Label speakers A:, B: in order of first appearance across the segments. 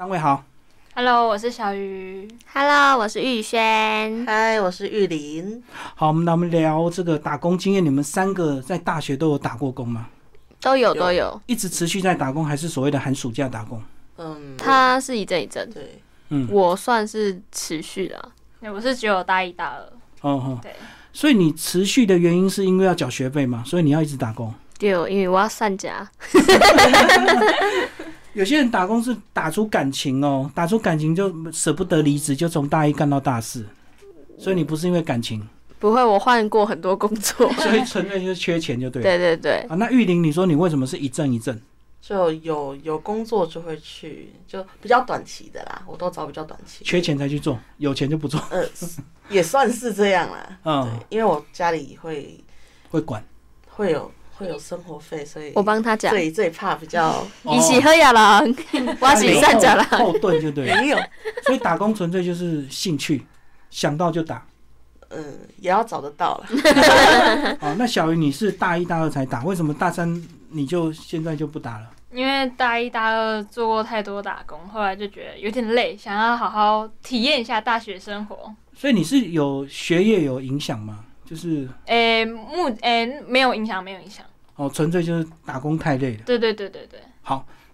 A: 三位好，
B: Hello，我是小鱼。
C: Hello，我是玉轩。
D: 嗨，我是玉林。
A: 好，我们来我们聊这个打工经验。你们三个在大学都有打过工吗？
C: 都有
D: 有
C: 都有，
A: 一直持续在打工，还是所谓的寒暑假打工？
D: 嗯，
C: 他是一阵一阵，
D: 对，
A: 嗯，
C: 我算是持续了。
B: 对哎我是只有大一、大二。
A: 哦哦，
B: 对，
A: 所以你持续的原因是因为要缴学费嘛，所以你要一直打工。
C: 对，因为我要散家，
A: 有些人打工是打出感情哦，打出感情就舍不得离职，就从大一干到大四。所以你不是因为感情，。
C: 不会，我换过很多工作
A: 所以纯粹就是缺钱就对了。
C: 对对对，
A: 啊，那玉玲，你说你为什么是一阵一阵？
D: 就有有工作就会去，就比较短期的啦，我都找比较短期，
A: 缺钱才去做，有钱就不做，
D: 呃，是也算是这样啦。
A: 嗯
D: 对，，因为我家里会
A: 会管。
D: 会有会有生活费，所以
C: 我帮他讲，
D: 最最怕比较
C: 一起喝亚郎，我
A: 家里
C: 是
A: 有
C: 散家
A: 哦后
C: 郎。
A: 后盾就对了。
D: 没有，
A: 所以打工纯粹就是兴趣，想到就打。
D: 嗯，也要找得到 啦。
A: 哦，那小鱼你是大一大二才打，为什么大三你就现在就不打了？
B: 因为大一、大二做过太多打工，后来就觉得有点累，想要好好体验一下大学生活。
A: 所以你是有学业有影响吗？就是
B: 诶、目诶、没有影响，没有影响。
A: 哦，纯粹就是打工太累了。
B: 对对对对对，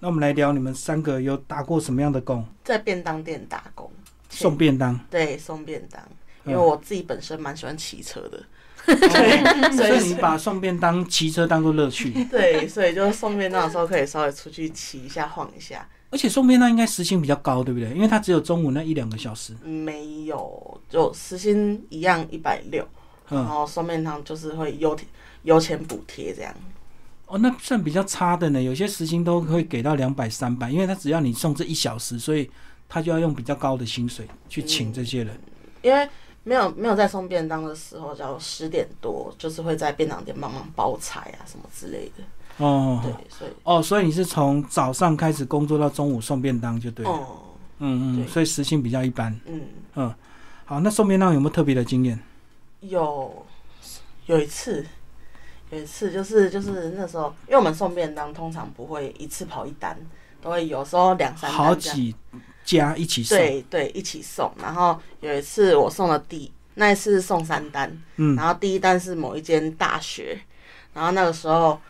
A: 那我们来聊你们三个有打过什么样的工？
D: 在便当店打工，
A: 送便当，
D: 对，送便当，因为
A: 嗯
D: 我自己本身蛮喜欢骑车的， 嗯
A: 所以你把送便当、骑车当做乐趣，
D: 对，所以就送便当的时候可以稍微出去骑一下、晃一下。
A: 而且送便当应该时薪比较高，对不对？因为它只有中午那一两个小时。
D: 没有，就时薪一样一百六，然
A: 嗯，
D: 后双面汤就是会优贴优钱补贴这样。
A: 哦，那算比较差的呢。有些时薪都会给到两百、三百，因为他只要你送这一小时，所以他就要用比较高的薪水去请这些人。
D: 因为没有没有在送便当的时候，然后十点多就是会在便当店帮忙包菜啊什么之类的。
A: 哦
D: 嗯对，所以
A: 哦，所以你是从早上开始工作到中午送便当就对了。
D: 哦
A: 嗯嗯，
D: 对
A: 所以时薪比较一般。
D: 嗯，
A: 好，那送便当有没有特别的经验？
D: 有有一次。有一次就是就是那时候，因为我们送便当通常不会一次跑一单，都会有时候两三单这样
A: 好几家一起送。
D: 对对，一起送。然后有一次我送了第那一次送三单，
A: 嗯
D: 然后第一单是某一间大学，然后那个时候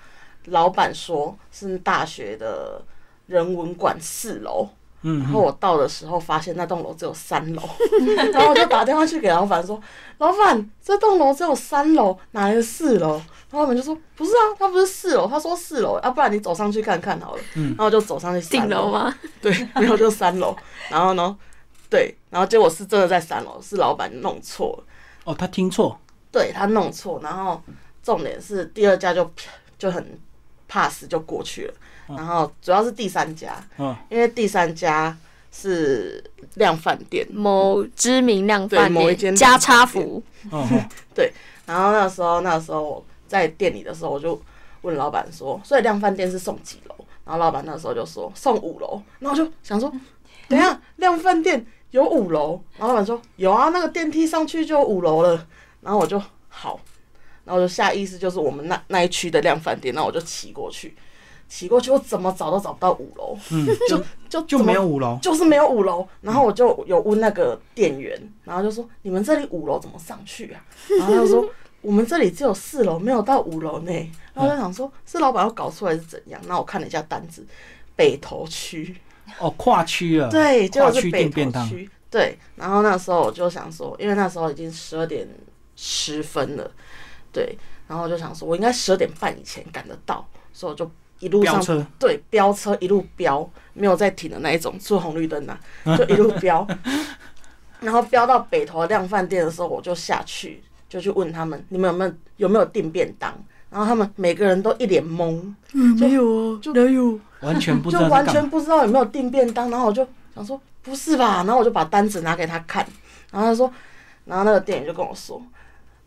D: 老板说是大学的人文馆四楼，然后
A: 嗯，
D: 我到的时候发现那栋楼只有三楼，然后我就打电话去给老板说，老板这栋楼只有三楼，哪来的四楼？然后老板就说不是啊，他不是四楼，他说四楼，啊要、不然你走上去看看好了。
A: 嗯
D: 然后我就走上去三
C: 顶楼吗？
D: 对，然后就三楼，然后呢，对，然后结果是真的在三楼，是老板弄错了，
A: 哦，他听错。
D: 对他弄错，然后重点是第二家就就很 pass 就过去了，然后主要是第三家，
A: 嗯
D: 因为第三家是量饭店，
C: 某知名量
D: 对
C: 饭
D: 某一间
C: 店加差
D: 量饭店
C: 服，
A: 哦，
D: 然后那时候那时候我在店里的时候，我就问老板说，所以量饭店是送几楼？然后老板那时候就说送五楼，然后我就想说，等一下量饭店有五楼，然后老板说有啊，那个电梯上去就有五楼了，然后我就好，然后我就下意识就是我们那那一区的量饭店，那我就骑过去，骑过去我怎么找都找不到五楼，
A: 嗯，就
D: 就
A: 就
D: 怎么
A: 没有五楼。
D: 就是没有五楼，然后我就有问那个店员，然后就说你们这里五楼怎么上去啊？ 然后他就说我们这里只有四楼，没有到五楼呢。
A: 嗯
D: 然后我就想说，是老板要搞错还是怎样？那我看了一下单子，北投区，
A: 哦，跨区了。
D: 对，就
A: 跨
D: 是
A: 区
D: 北
A: 订
D: 投
A: 便当。
D: 区，对。然后那时候我就想说，因为那时候已经十二点十分了，对，然后我就想说我应该十二点半以前赶得到，所以我就一路
A: 飙
D: 上
A: 车。
D: 对，飙车一路飙，没有在停的那一种，出红绿灯呐、啊，就一路 飙。然后飙到北投量饭店的时候，我就下去，就去问他们，你们有没有有没有订便当？然后他们每个人都一脸懵，没
C: 有啊，
D: 就
C: 哪有？
A: 完全不知
D: 就
A: 道在
D: 完
A: 干
D: 全
A: 嘛。
D: 不知道有没有订便当。然后我就想说，不是吧？然后我就把单子拿给他看，然后他说，然后那个店员就跟我说，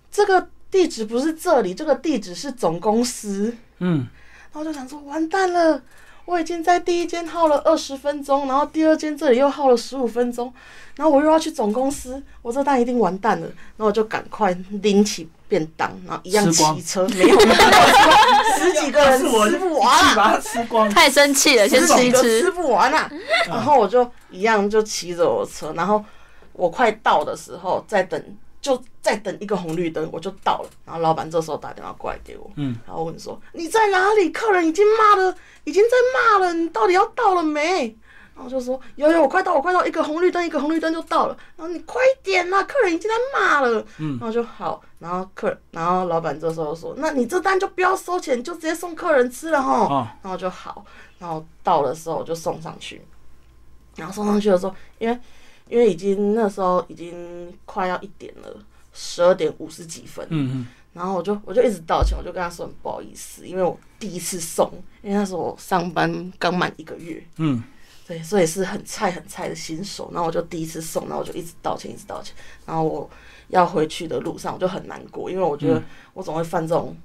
D: 这个地址不是这里，这个地址是总公司。
A: 嗯，
D: 然后我就想说，完蛋了，我已经在第一间耗了二十分钟，然后第二间这里又耗了十五分钟，然后我又要去总公司，我这单一定完蛋了。然后我就赶快拎起便当，然后一样
A: 吃光
D: 骑车，没有，没有 十几个人
A: 是我
D: 吃不完
A: 一
D: 啊
A: 气把它吃光。
C: 太生气了，先
D: 吃
C: 吃一
D: 饱就吃
C: 吃。
D: 不完啊。然后我就一样就骑着我的车，然后我快到的时候再等，就再等一个红绿灯，我就到了。然后老板这时候打电话过来给我，
A: 嗯，
D: 然后问说你在哪里？客人已经骂了，已经在骂了，你到底要到了没？然后就说有有，我快到，我快到，一个红绿灯，一个红绿灯就到了。然后你快点啦、客人已经在骂了。
A: 嗯
D: 然后就好，然后客，然后老板这时候说，那你这单就不要收钱，你就直接送客人吃了哈。
A: 哦，
D: 然后就好，然后到的时候我就送上去，然后送上去的时候，因为因为已经那时候已经快要一点了，十二点五十几分，
A: 嗯嗯，
D: 然后我就我就一直道歉，我就跟他说很不好意思，因为我第一次送，因为那时候我上班刚满一个月，
A: 嗯，
D: 对，所以是很菜很菜的新手，然后我就第一次送，然后我就一直道歉，一直道歉，然后我要回去的路上我就很难过，因为我觉得
A: 嗯
D: 我总会犯这种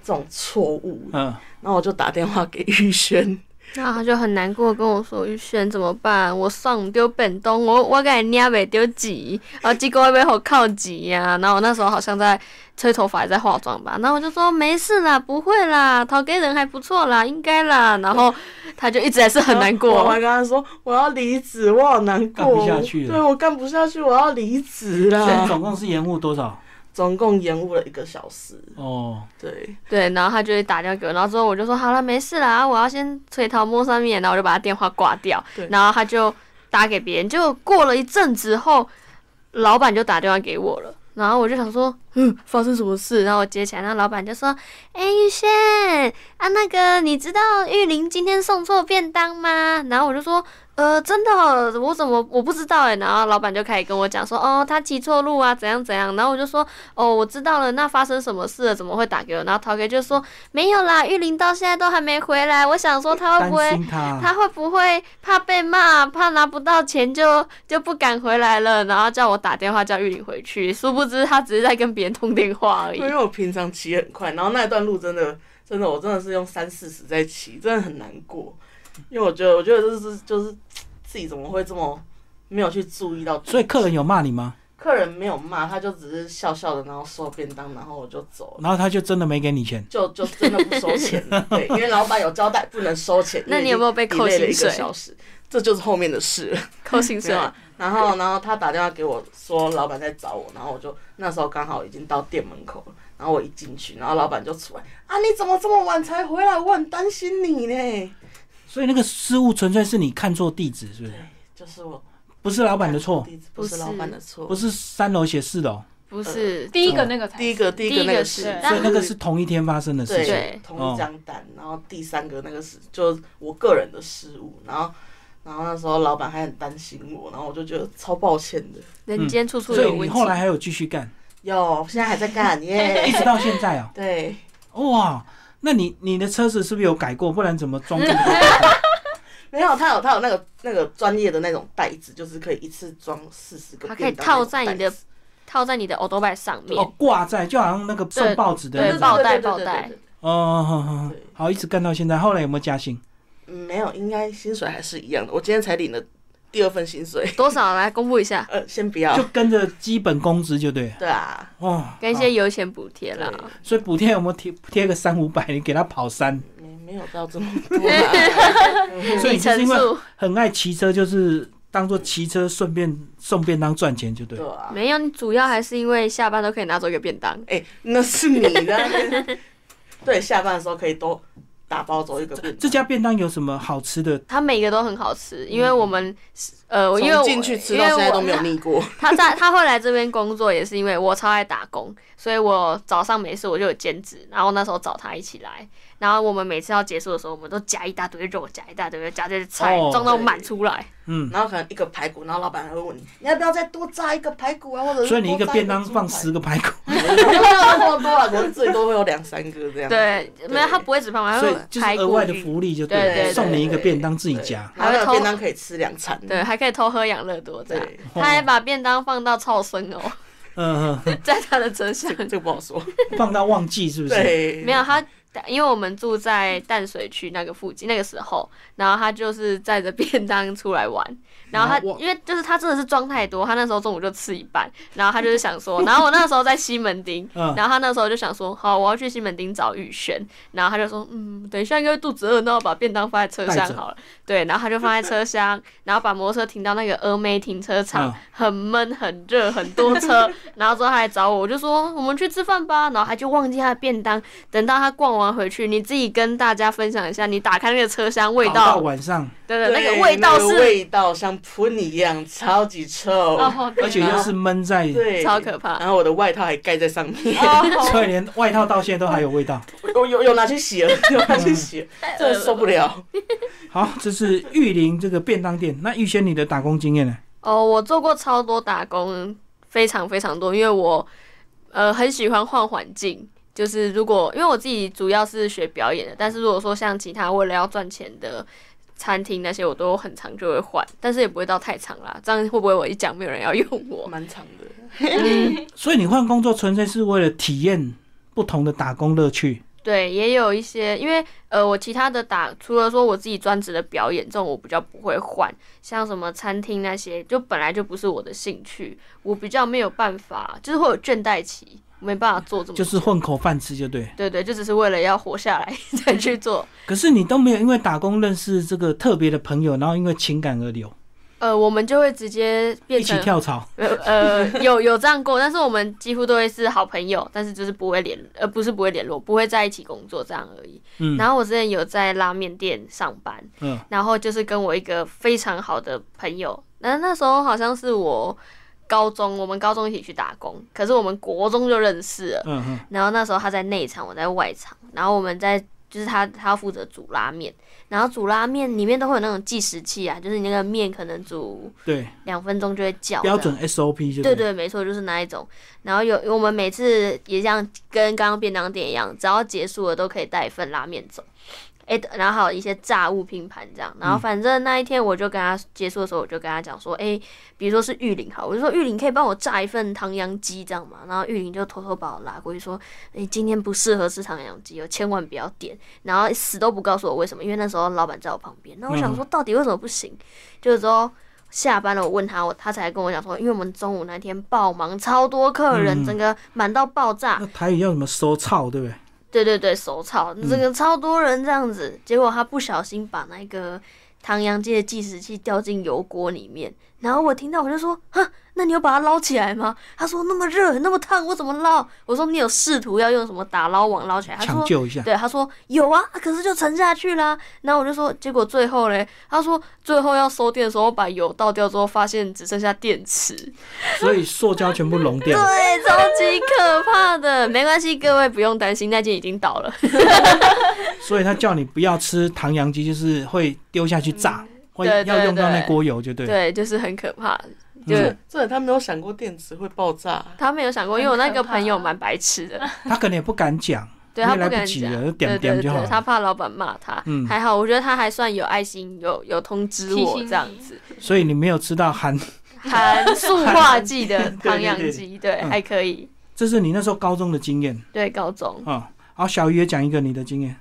D: 这种错误，
A: 嗯，
D: 然后我就打电话给 玉轩。
C: 然后他就很难过跟我说：“玉轩怎么办？我送丢本东，我我给你捏袂丢钱，然后结果会被我靠急呀、啊然后我那时候好像在吹头发，还在化妆吧。然后我就说：“没事啦，不会啦，陶给人还不错啦，应该啦。”然后他就一直还是很难
D: 然后我
C: 过
D: 还。跟他说我要离职，我好难过，
A: 干不下去了
D: 对我干不下去，我要离职
A: 所以
D: 啦。
A: 总共是延误多少？
D: 总共延误了一个小时，
A: 哦，
D: 对，
C: 对，然后他就会打电话给我，然后之后我就说好了，没事啦，啊我要先吹桃摸上面，然后我就把他电话挂掉
D: 对，
C: 然后他就打给别人，结果过了一阵子后，老板就打电话给我了。然后我就想说，嗯，发生什么事？然后我接起来，那老板就说：“哎、玉轩啊，那个你知道玉玲今天送错便当吗？”然后我就说：“呃，真的哦、我怎么我不知道哎、然后老板就开始跟我讲说：“哦，他骑错路啊，怎样怎样。”然后我就说：“哦，我知道了，那发生什么事了？怎么会打给我？然后陶哥就说没有啦，玉玲到现在都还没回来。我想说他会
A: 担
C: 不会，
A: 心
D: 啊
A: 他，
C: 他会不会怕被骂，怕拿不到钱就就不敢回来了？然后叫我打电话叫玉玲回去，殊不知他只是在跟别人通电话 而已
D: 因。为我平常骑很快，然后那一段路真的真的我真的是用三四十在骑，真的很难过，因为我觉得我觉得这是就是自己怎么会这么没有去注意到，
A: 所以客人有骂你吗？
D: 客人没有骂，他就只是笑笑的，然后收便当，然后我就走了。
A: 然后他就真的没给你钱，
D: 就就真的不收钱，对，因为老板有交代不能收钱。
C: 那你有没有被扣薪水
D: 因为已经 delay 了一个小时，这就是后面的事了，
C: 扣薪
D: 对
C: 水，
D: 吧？然后，然后他打电话给我说，老板在找我，然后我就那时候刚好已经到店门口了，然后我一进去，然后老板就出来，啊，你怎么这么晚才回来？我很担心你呢。
A: 所以那个失误纯粹是你看错地址，是不
D: 对
A: 是？，
D: 就是我
A: 不是老板的错，，
D: 不是老板的错，
A: 不是三楼写四楼，
C: 不是。
B: 第一个那个才
D: 第一个第一个那个是
B: 第一个是，
C: 但
A: 所以那个是同一天发生的事情。
D: 对
C: 对，
D: 同一张单，然后第三个那个是就是我个人的失误，然后然后那时候老板还很担心我，然后我就觉得超抱歉的。
C: 人间处处
A: 嗯所
C: 有
A: 以
C: 问
A: 你
C: 题。
A: 后来还有继续干，
D: 有，现在还在干
A: 一
D: 耶。
A: 直到现在啊、
D: 对，
A: 哇，那你你的车子是不是有改过？不然怎么装这么多？
D: 没有，他有他有那个那个专业的那种袋子，就是可以一次装四十个
C: 它
D: 便当那种袋
C: 可以套
D: 子。
C: 在你的套在你的 o 多拜上面。
A: 哦，挂在就好像那个送报纸的那
C: 对
D: 对对
C: 报
A: 种。
D: 对
C: 袋
D: 对对
C: 报袋
D: 对对对
A: 哦，好好好
D: 对
A: 好，一直干到现在。后来有没有加薪？
D: 嗯没有，应该薪水还是一样的。我今天才领了第二份薪水。
C: 多少啊来公布一下？
D: 呃，先不要
A: 就。跟着基本工资就对了。
D: 对啊，
A: 哦，
C: 跟一些油钱补贴啦。
D: 对
A: 好所以补贴有没有贴贴个三五百？你给他跑山，
D: 没没有到这么多啦。
A: 所以你就是
C: 里程
A: 因为
C: 嗯数
A: 很爱骑车，就是当做骑车顺便送便当赚钱就对
D: 对。 啊，
C: 没有，你主要还是因为下班都可以拿走一个便当。
D: 哎、那是你的。对，下班的时候可以都打包走一个
C: 嗯
D: 便当。
A: 这家便当有什么好吃的？
C: 它每个都很好吃，因为我们、呃，我因为
D: 从
C: 我
D: 进去吃到现在都没有
C: 因为
D: 腻过。
C: 我他 在他会来这边工作，也是因为我超爱打工，所以我早上没事我就有兼职，然后那时候找他一起来，然后我们每次要结束的时候，我们都夹一大堆肉，夹一大堆肉，夹这些菜，
A: 哦
C: 装到满出来。
A: 嗯，
D: 然后可能一个排骨，然后老板还会问你，你要不要再多炸一个排骨啊，或者是
A: 所以你一
D: 多
A: 个
D: 炸
A: 便当放
D: 猪
A: 十个排骨，
D: 排骨，没有那么多啊，可能最多会有两三 个这样。
C: 对，没有他不会只放完，
A: 所以
C: 还会
A: 就是
C: 排
A: 额
C: 骨
A: 外的
C: 鱼，
A: 福利就
C: 对对
A: 了，
C: 对
A: 送你一个
D: 对
A: 便当自己
D: 对
A: 夹。
D: 然后
C: 还
D: 那个
C: 会偷
D: 便当可以吃两餐。
C: 对，还可以偷喝养乐多这样。
D: 对，
A: 哦
C: 他还把便当放到超生 哦，
A: 嗯，嗯嗯
C: 在他的车厢。
D: 这个不好说。
A: 放到忘记是不是？嗯
D: 对，
C: 没有，他因为我们住在淡水区那个附近，那个时候，然后他就是载着便当出来玩，然后他
D: 然后我
C: 因为就是他真的是装太多，他那时候中午就吃一半，然后他就是想说，然 后我那时候在西门町，
A: 嗯
C: 然后他那时候就想说，好，我要去西门町找宇轩，然后他就说，嗯，等一下应该会肚子饿，那我把便当放在车
A: 带
C: 厢
A: 着
C: 好了，对，然后他就放在车厢， 然后把摩托车停到那个峨眉停车场
A: 嗯，
C: 很闷很热很多车， 然后之后他来找我，我就说我们去吃饭吧，然后他就忘记他的便当，等到他逛完回去，你自己跟大家分享一下，你打开那个车厢味
A: 搞到
C: 道，
A: 晚上，
C: 对对，
D: 对，
C: 那个味道
D: 那个
C: 是
D: 味道像扑你一样，超级臭，
B: 哦，
A: 而且
B: 天哪
A: 又是闷在，
D: 对，
C: 超可怕，哦
D: 然后我的外套还盖在上面，
A: 所以连外套到现在都还有味道。
D: 我 有有拿去洗了，有拿去洗 了，真的受不了。
A: 好，这是玉林这个便当店。那玉轩，你的打工经验呢？
C: 哦，我做过超多打工，非常非常多，因为我呃很喜欢换环境。就是如果因为我自己主要是学表演的，但是如果说像其他为了要赚钱的餐厅那些，我都很常就会换，但是也不会到太长啦。这样会不会我一讲没有人要用我？
D: 蛮长的，
A: 所以你换工作纯粹是为了体验不同的打工乐趣。
C: 对，也有一些，因为呃，我其他的打，除了说我自己专职的表演这种，我比较不会换，像什么餐厅那些，就本来就不是我的兴趣，我比较没有办法，就是会有倦怠期，没办法做这么，
A: 就是混口饭吃就对。
C: 对对，就只是为了要活下来 才去做。
A: 可是你都没有因为打工认识这个特别的朋友，然后因为情感而留，
C: 呃，我们就会直接变
A: 一起
C: 成
A: 跳槽。
C: 呃呃，有有这样过，但是我们几乎都会是好朋友，但是就是不会联，呃，不是不会联络，不会在一起工作这样而已。
A: 嗯
C: 然后我之前有在拉面店上班，
A: 嗯，
C: 然后就是跟我一个非常好的朋友，那那时候好像是我高中，我们高中一起去打工，可是我们国中就认识了。
A: 嗯嗯，
C: 然后那时候他在内场，我在外场，然后我们在就是他他要负责煮拉面，然后煮拉面里面都会有那种计时器啊，就是你那个面可能煮
A: 对，
C: 两分钟就会叫
A: 标准 SOP 就
C: 对对，没错，就是那一种。然后有我们每次也像跟刚刚便当店一样，只要结束了都可以带一份拉面走。哎、然后还有一些炸物拼盘这样。然后反正那一天我就跟他结束的时候，我就跟他讲说，哎、比如说是玉林好，我就说玉林可以帮我炸一份唐扬鸡这样嘛。然后玉林就偷偷把我拉过去说，哎、今天不适合吃唐扬鸡哦，千万不要点。然后死都不告诉我为什么，因为那时候老板在我旁边。那我想说，到底为什么不行？就是之后下班了，我问他，我他才跟我讲说，因为我们中午那天爆忙，超多客人，
A: 嗯
C: 整个满到爆炸。
A: 那台语叫什么收操，对不对？
C: 对对对，手炒，这个超多人这样子，结果他不小心把那个唐扬鸡的计时器掉进油锅里面，然后我听到我就说，哈，那你有把它捞起来吗？他说那么热那么烫，我怎么捞？我说你有试图要用什么打捞网捞起来？他
A: 抢
C: 说
A: 救一下，
C: 对，他说有啊，可是就沉下去啦。然后我就说，结果最后嘞，他说最后要收电的时候把油倒掉之后，发现只剩下电池，
A: 所以塑胶全部融 掉。
C: 对，超级可怕的。 没关系，各位不用担心，那件已经倒了。
A: 所以他叫你不要吃唐扬鸡，就是会丢下去炸，会
C: 嗯对对
A: 要用到那
C: 对
A: 锅油，就对。
C: 对，就是很可怕。就、
A: 嗯
D: 这他没有想过电池会爆炸，
C: 他没有想过，因为我那个朋友
B: 很可怕
C: 蛮白痴 的，
A: 他可能也不敢讲，
C: 对
A: 因
C: 他
A: 为来
C: 敢
A: 及
C: 讲
A: 了，就，点
C: 对
A: 点
C: 对
A: 就好
C: 对，
A: 了。
C: 他怕老板骂他。
A: 嗯
C: 还好，我觉得他还算有爱心，有有通知
B: 提
C: 我
B: 醒
C: 这样
B: 你
C: 子，
A: 所以你没有吃到含，
C: 含塑化剂的
A: 对
C: 唐扬
A: 对
C: 鸡，对，
A: 嗯
C: 还可以，
A: 这是你那时候高中的经验
C: 对，高中。
A: 啊。好，小鱼也讲一个你的经验。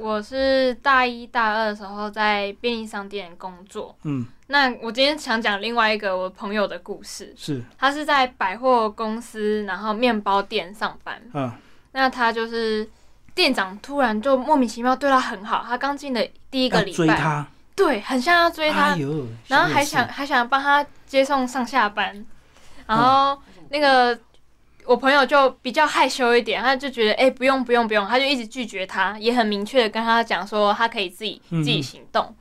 B: 我是大一大二的时候在便利商店工作。
A: 嗯，
B: 那我今天想讲另外一个我朋友的故事，
A: 是，
B: 他是在百货公司，然后面包店上班。
A: 嗯
B: 那他就是店长突然就莫名其妙对他很好，他刚进的第一个
A: 要
B: 礼
A: 追
B: 拜，
A: 他，
B: 对，很像要追他，
A: 哎呦，
B: 然后还
A: 小鱼
B: 想
A: 也是
B: 还想帮他接送上下班，然后那个我朋友就比较害羞一点，他就觉得哎、不用不用不用，他就一直拒绝他，也很明确的跟他讲说他可以自己
A: 嗯
B: 自己行动。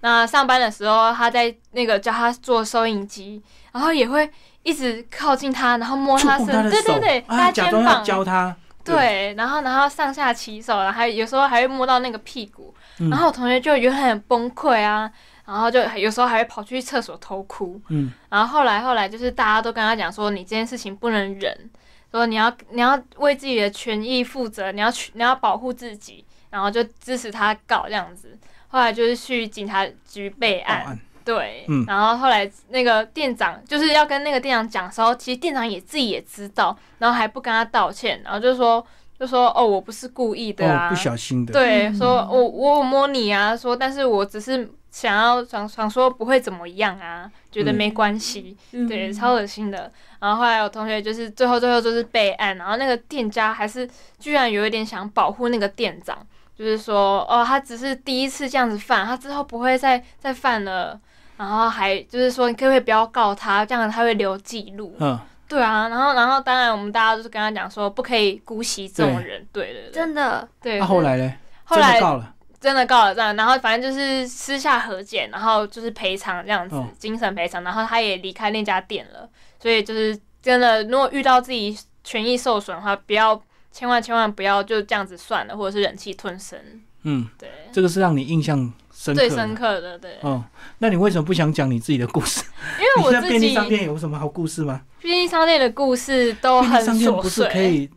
B: 那上班的时候，他在那个叫他做收银机，然后也会一直靠近他，然后摸
A: 触
B: 他
A: 碰
B: 身，
A: 他的
B: 对
A: 手，
B: 对对，
A: 啊，
B: 他
A: 假
B: 肩
A: 装要
B: 膀，
A: 教他，
B: 对，然后然后上下其手，然后还有时候还会摸到那个屁股，
A: 嗯
B: 然后我同学就有点很崩溃啊，然后就有时候还会跑去厕所偷哭，
A: 嗯，
B: 然后后来后来就是大家都跟他讲说，你这件事情不能忍，说你要你要为自己的权益负责，你要去你要保护自己，然后就支持他告这样子。后来就是去警察局备
A: 报
B: 案，
A: 案，
B: 对，
A: 嗯
B: 然后后来那个店长就是要跟那个店长讲的时候，其实店长也自己也知道，然后还不跟他道歉，然后就说就就说哦，我不是故意的
A: 哦，
B: 啊，
A: 不嗯小心的，，
B: 对，说我我有摸你啊，说但是我只是想要想想说不会怎么样啊，觉得
A: 嗯
B: 没关系，
E: 嗯
B: 对，超恶心的。然后后来有同学就是最后最后就是备案，然后那个店家还是居然有一点想保护那个店长，就是说哦，他只是第一次这样子犯，他之后不会再再犯了。然后还就是说，你可不可以不要告他？这样他会留记录。
A: 嗯，
B: 对啊，然后然后当然我们大家就是跟他讲说，不可以姑息这种
A: 对
B: 人。对对对，
C: 真的，
B: 对。
A: 那、啊后来嘞，
B: 后
A: 真
B: 来
A: 的告了，
B: 真的告了状，然后反正就是私下和解，然后就是赔偿这样子，
A: 嗯
B: 精神赔偿，然后他也离开那家店了，所以就是真的，如果遇到自己权益受损的话，不要千万千万不要就这样子算了，或者是忍气吞声，
A: 嗯，
B: 对，
A: 这个是让你印象深刻
B: 最
A: 的，
B: 深刻的，对，
A: 哦，那你为什么不想讲你自己的故事？
B: 因为
A: 你
B: 我
A: 在
B: 自
A: 便利
B: 己
A: 商店有什么好故事吗？
B: 便利商店的故事都
A: 便
B: 很
A: 利商店
B: 琐
A: 不是可
B: 碎
A: 以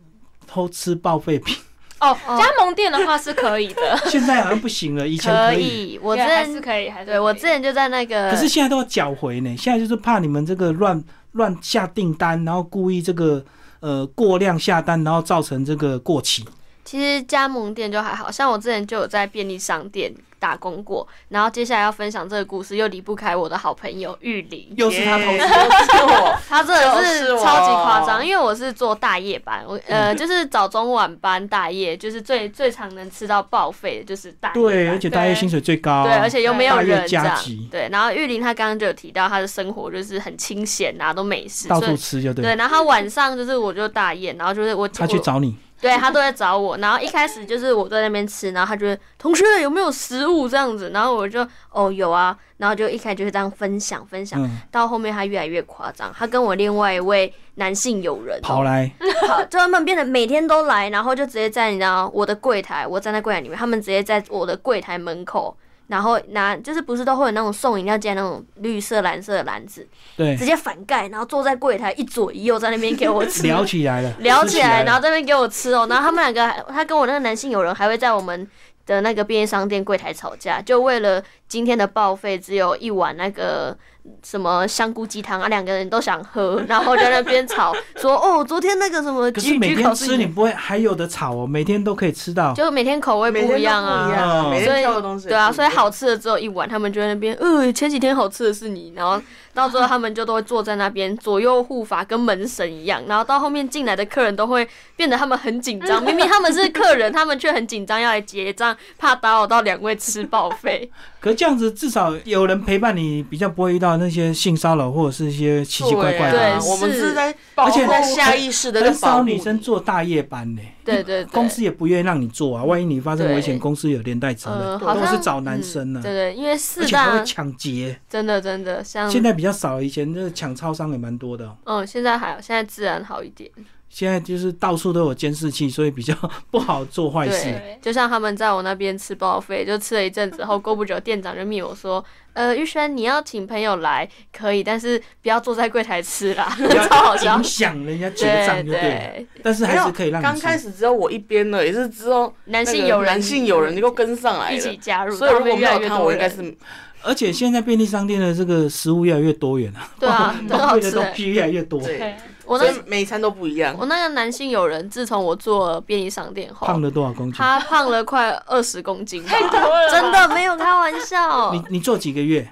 A: 偷吃报废品？
B: 哦，
C: 哦
B: 加盟店的话是可以的，
A: 现在好像不行了，以前
C: 可
A: 以。
C: 以。我之
B: 对还是
C: 前
B: 可以，还是
C: 对我
B: 可以
C: 之前就在那个，
A: 可是现在都要缴回呢，现在就是怕你们这个乱乱下订单，然后故意这个呃过量下单，然后造成这个过期。
C: 其实加盟店就还好像我之前就有在便利商店打工过，然后接下来要分享这个故事又离不开我的好朋友玉林，
A: 又是他投资，
D: 是我，
C: 他真的是
D: 就是我
C: 超级夸张，因为我是做大夜班，我
A: 嗯
C: 呃就是早中晚班大夜，就是最最常能吃到报废的就是大夜
A: 对，
C: 班
A: 而，且大业薪水最高，
C: 对，而且又没有
A: 大夜
C: 人这
A: 加
C: 样
A: 急，，
C: 对。然后玉林他刚刚就有提到他的生活就是很清闲啊，都没事，
A: 到
C: 所
A: 处
C: 以
A: 吃就对
C: 对。
A: 了。
C: 然后他晚上就是我就大夜，然后就是 我
A: 他去
C: 我
A: 找你，
C: 对他都在找我，然后一开始就是我在那边吃，然后他就会同学有没有食物这样子，然后我就哦有啊，然后就一开始就是这样分享分享，
A: 嗯，
C: 到后面他越来越夸张，他跟我另外一位男性友人
A: 跑来，
C: 跑， 就他们变得每天都来，然后就直接在你知道我的柜台，我站在柜台里面，他们直接在我的柜台门口，然后拿就是不是都会有那种送饮料进来那种绿色蓝色的篮子，
A: 对
C: 直，接反盖，然后坐在柜台一左一右在那边给我吃，
A: 聊起来了，
C: 聊
A: 吃
C: 起来，然后
A: 了，
C: 这边给我吃哦、然后他们两个还，他跟我那个男性友人还会在我们的那个便利商店柜台吵架，就为了今天的报废只有一碗那个什么香菇鸡汤啊，两个人都想喝，然后在那边吵说哦，昨天那个什么
A: 可是
C: 焗
A: 每
C: 焗
A: 天
C: 烤
A: 吃你不会还有的炒哦，每天都可以吃到。
C: 就每天口味
D: 每天
C: 不
D: 都
C: 一样
D: 不一
C: 啊。
D: 样
A: 嗯
D: 每
C: 所
D: 天
C: 以
D: 挑的东西也
C: 对啊，
D: 不一
C: 所以
D: 样
C: 好吃的只有一碗，他们就在那边，呃，前几天好吃的是你，然后到最后他们就都会坐在那边左右护法，跟门神一样，然后到后面进来的客人都会变得他们很紧张，明明他们是客人，他们却很紧张要来结账，怕打扰到两位吃报废。
A: 可这样子至少有人陪伴你，比较不会遇到那些性骚扰或者是一些奇奇怪怪
C: 对
A: 的
C: 啊
A: 啊。
D: 我们
C: 是
D: 是在
A: 而且
D: 在下意识的
A: 很少女生做大夜班呢、
C: 对对对，
A: 公司也不愿意让你做啊，万一你发生危险，
C: 对
A: 公司有连带责
C: 呃
A: 任，
C: 好
A: 都
C: 像
A: 是找男生呢、
C: 嗯对对，因为四
A: 而且还
C: 大嗯
A: 会抢劫，
C: 真的真的像
A: 现在比较少，以前就是抢超商也蛮多的哦、
C: 嗯现在还好，现在治安好一点。
A: 现在就是到处都有监视器，所以比较 不好做坏事。
C: 对，就像他们在我那边吃报废，就吃了一阵子后，过不久店长就密我说，呃，玉轩你要请朋友来可以，但是不要坐在柜台吃 啦，超好笑
A: 影。响人家结账
C: 对
A: 就对了，
C: 对，
A: 但是还是可以让你
D: 刚
A: 吃
D: 开始只有我一边了，也是之后
C: 男
D: 那
C: 性
D: 个
C: 友人，
D: 男性友人就跟上来
C: 一起
D: 了。
C: 加入，
D: 所以如果
C: 越
D: 没
C: 来
D: 有
C: 越
D: 他，
C: 多
D: 我应该
C: 人
D: 是
A: 而且现在便利商店的这个食物越来越多元啊，
C: 对 啊，很
A: 浪
C: 好
A: 费的
C: 吃
A: 东
C: 欸。
A: 西越来越多，
D: 对，
C: 我
D: 所
C: 那
D: 以每一餐都不一样。
C: 我那个男性友人，自从我做便利商店后，
A: 胖了多少公斤？
C: 他胖了快二十公 斤吧，
B: 了吧
C: 真的没有开玩笑。
A: 你你做几个月？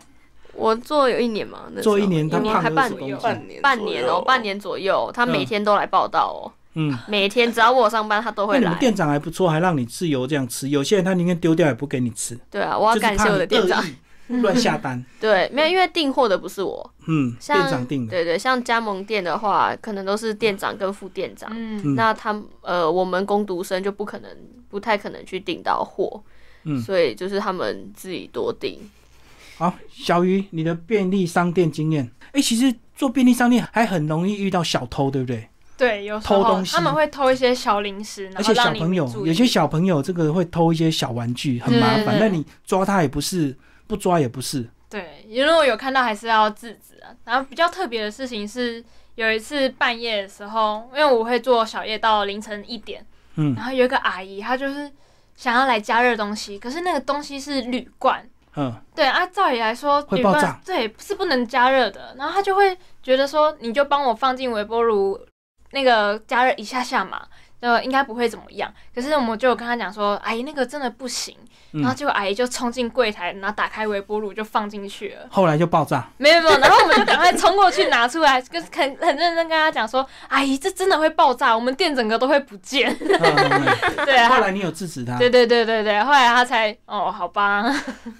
C: 我做有一年嘛，那时候
A: 做一年他
C: 一年
A: 胖
C: 还
A: 了
C: 半
A: 20公
C: 年
A: 斤，
D: 半年，
C: 半年哦，半。年左右，他每
A: 嗯
C: 天都来报道哦，
A: 嗯，
C: 每天只要我有上班，他都
A: 那
C: 会
A: 你们
C: 来。
A: 店长还不错，还让你自由这样吃。有些人他宁愿丢掉也不给你吃，
C: 对啊，我要
A: 就是
C: 感
A: 怕
C: 谢我
A: 你
C: 的店长
A: 恶。意乱下单。
C: 对，没有，因为订货的不是我，
A: 嗯，
C: 像
A: 店长定的。
C: 对对，像加盟店的话，可能都是店长跟副店长。
B: 嗯，
A: 嗯
C: 那他们呃，我们工读生就不可能，不太可能去订到货，
A: 嗯
C: 所以就是他们自己多订。
A: 好，小鱼，你的便利商店经验？哎、其实做便利商店还很容易遇到小偷，对不对？
B: 对，有时
A: 偷
B: 候
A: 东西
B: 他们会偷一些小零食，然
A: 而
B: 后
A: 且小
B: 让你
A: 朋
B: 没
A: 友，
B: 注意
A: 有些小朋友这个会偷一些小玩具，很麻
B: 对对
A: 烦。那你抓他也不是，不抓也不是。
B: 对，如果有看到还是要制止啊。然后比较特别的事情是，有一次半夜的时候，因为我会做小夜到凌晨一点，
A: 嗯
B: 然后有一个阿姨，她就是想要来加热东西，可是那个东西是铝罐，
A: 嗯，
B: 对啊，照理来说
A: 会
B: 铝
A: 爆
B: 罐
A: 炸
B: 对是不能加热的，然后她就会觉得说，你就帮我放进微波炉那个加热一下下嘛。就应该不会怎么样。可是我们就有跟他讲说，阿姨那个真的不行，
A: 嗯
B: 然后结果阿姨就冲进柜台，然后打开微波炉就放进去了。
A: 后来就爆 炸，
B: 没有没有，然后我们就赶快冲过去拿出来，跟很很认真跟他讲说，阿姨这真的会爆炸，我们店整个都会不见。
A: 嗯
B: 对啊，
A: 后来你有制止他，
B: 对对对对对，后来他才哦，好吧，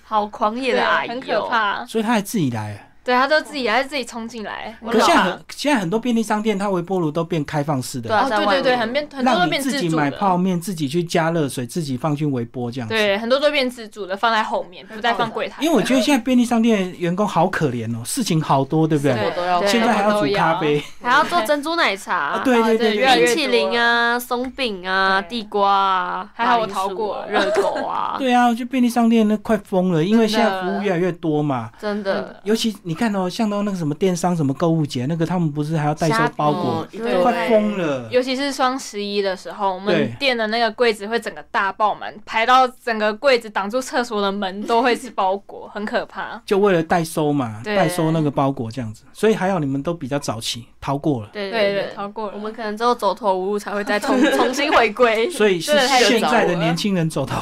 C: 好狂野
B: 对
C: 的阿姨、哦，
B: 很可。怕。
A: 所以他还自己来。
B: 对他都自己还是自己冲进来，我
A: 可是
B: 老
A: 现在
B: 怕。
A: 很现在很多便利商店，它微波炉都变开放式
C: 对
A: 的，
C: 啊
B: 哦，对对对，很变很多
A: 让
B: 都
A: 你
B: 变
A: 自
B: 自
A: 己
B: 助
A: 买泡
B: 的，
A: 面，自己去加热水，自己放进微波这样子。
B: 对，啊很多都变自助的，放在后面，不再放柜台。
A: 因为我觉得现在便利商店员工好可怜哦，事情好多，对不
D: 对
A: 对？
D: 我都要
B: 对
A: 现在还要
B: 都
A: 煮咖 啡，
C: 还要做珍珠奶茶，
A: 啊对对
B: 哦对
A: 对
B: 越来
A: 对，
B: 越
C: 冰淇淋啊、松饼啊、
B: 对
C: 地瓜啊，
B: 还好
C: 马
B: 我
C: 铃
B: 逃
C: 薯啊
B: 过了
C: 热狗啊，
A: 对啊，就便利商店那快疯了，因为现
B: 真的嗯
A: 在服务越来越多嘛。
C: 真的。
A: 尤其你看哦，像到那个什么电商、什么购物节，那个他们不是还要代收
C: 虾
A: 包
D: 哦
A: 裹，
D: 一
B: 对
D: 堆
A: 快疯了。
B: 尤其是双十一的时候，我
A: 对
B: 们店的那个柜子会整个大爆满，排到整个柜子挡住厕所的门都会是包裹，很可怕。
A: 就为了代收嘛，
B: 对
A: 代收那个包裹这样子，所以还好你们都比较早期逃过了，
C: 对
B: 对对，
C: 对，
B: 逃过了。
C: 我们可能只有走投无路才会 再重重新回归。
A: 所以是
B: 对太
A: 现在
D: 早
A: 的
D: 了
A: 年轻人走投，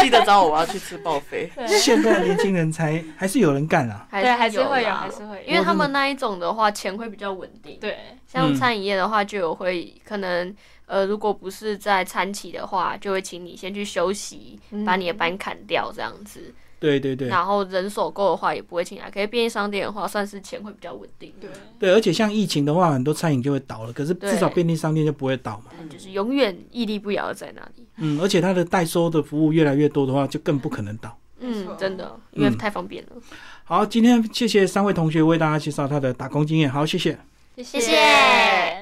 D: 记得找我，我要去吃报 废。
B: 对
A: 现在的年轻人才还是有人干啊，
C: 还
B: 对还是会有，
C: 啦
B: 还是会有
C: 因为他们那一种的话，钱会比较稳定。，
B: 对
C: 像
A: 嗯
C: 餐饮业的话，就有会可能，呃，如果不是在餐期的话，就会请你先去休息，
B: 嗯
C: 把你的班砍掉这样子。
A: 对对对
C: 然后人手够的话，也不会请来。可是便利商店的话，算是钱会比较稳定。
B: 对，
A: 对，而且像疫情的话，很多餐饮就会倒了，可是至少
C: 对
A: 便利商店就不会倒嘛，
C: 但就是永远屹立不摇地在那里。
A: 嗯，而且它的代收的服务越来越多的话，就更不可能倒。
B: 没
C: 嗯
B: 错，
C: 真的，因为
A: 嗯
C: 太方便了。
A: 好，今天谢谢三位同学为大家介绍他的打工经验，好，谢谢。
B: 谢
C: 谢谢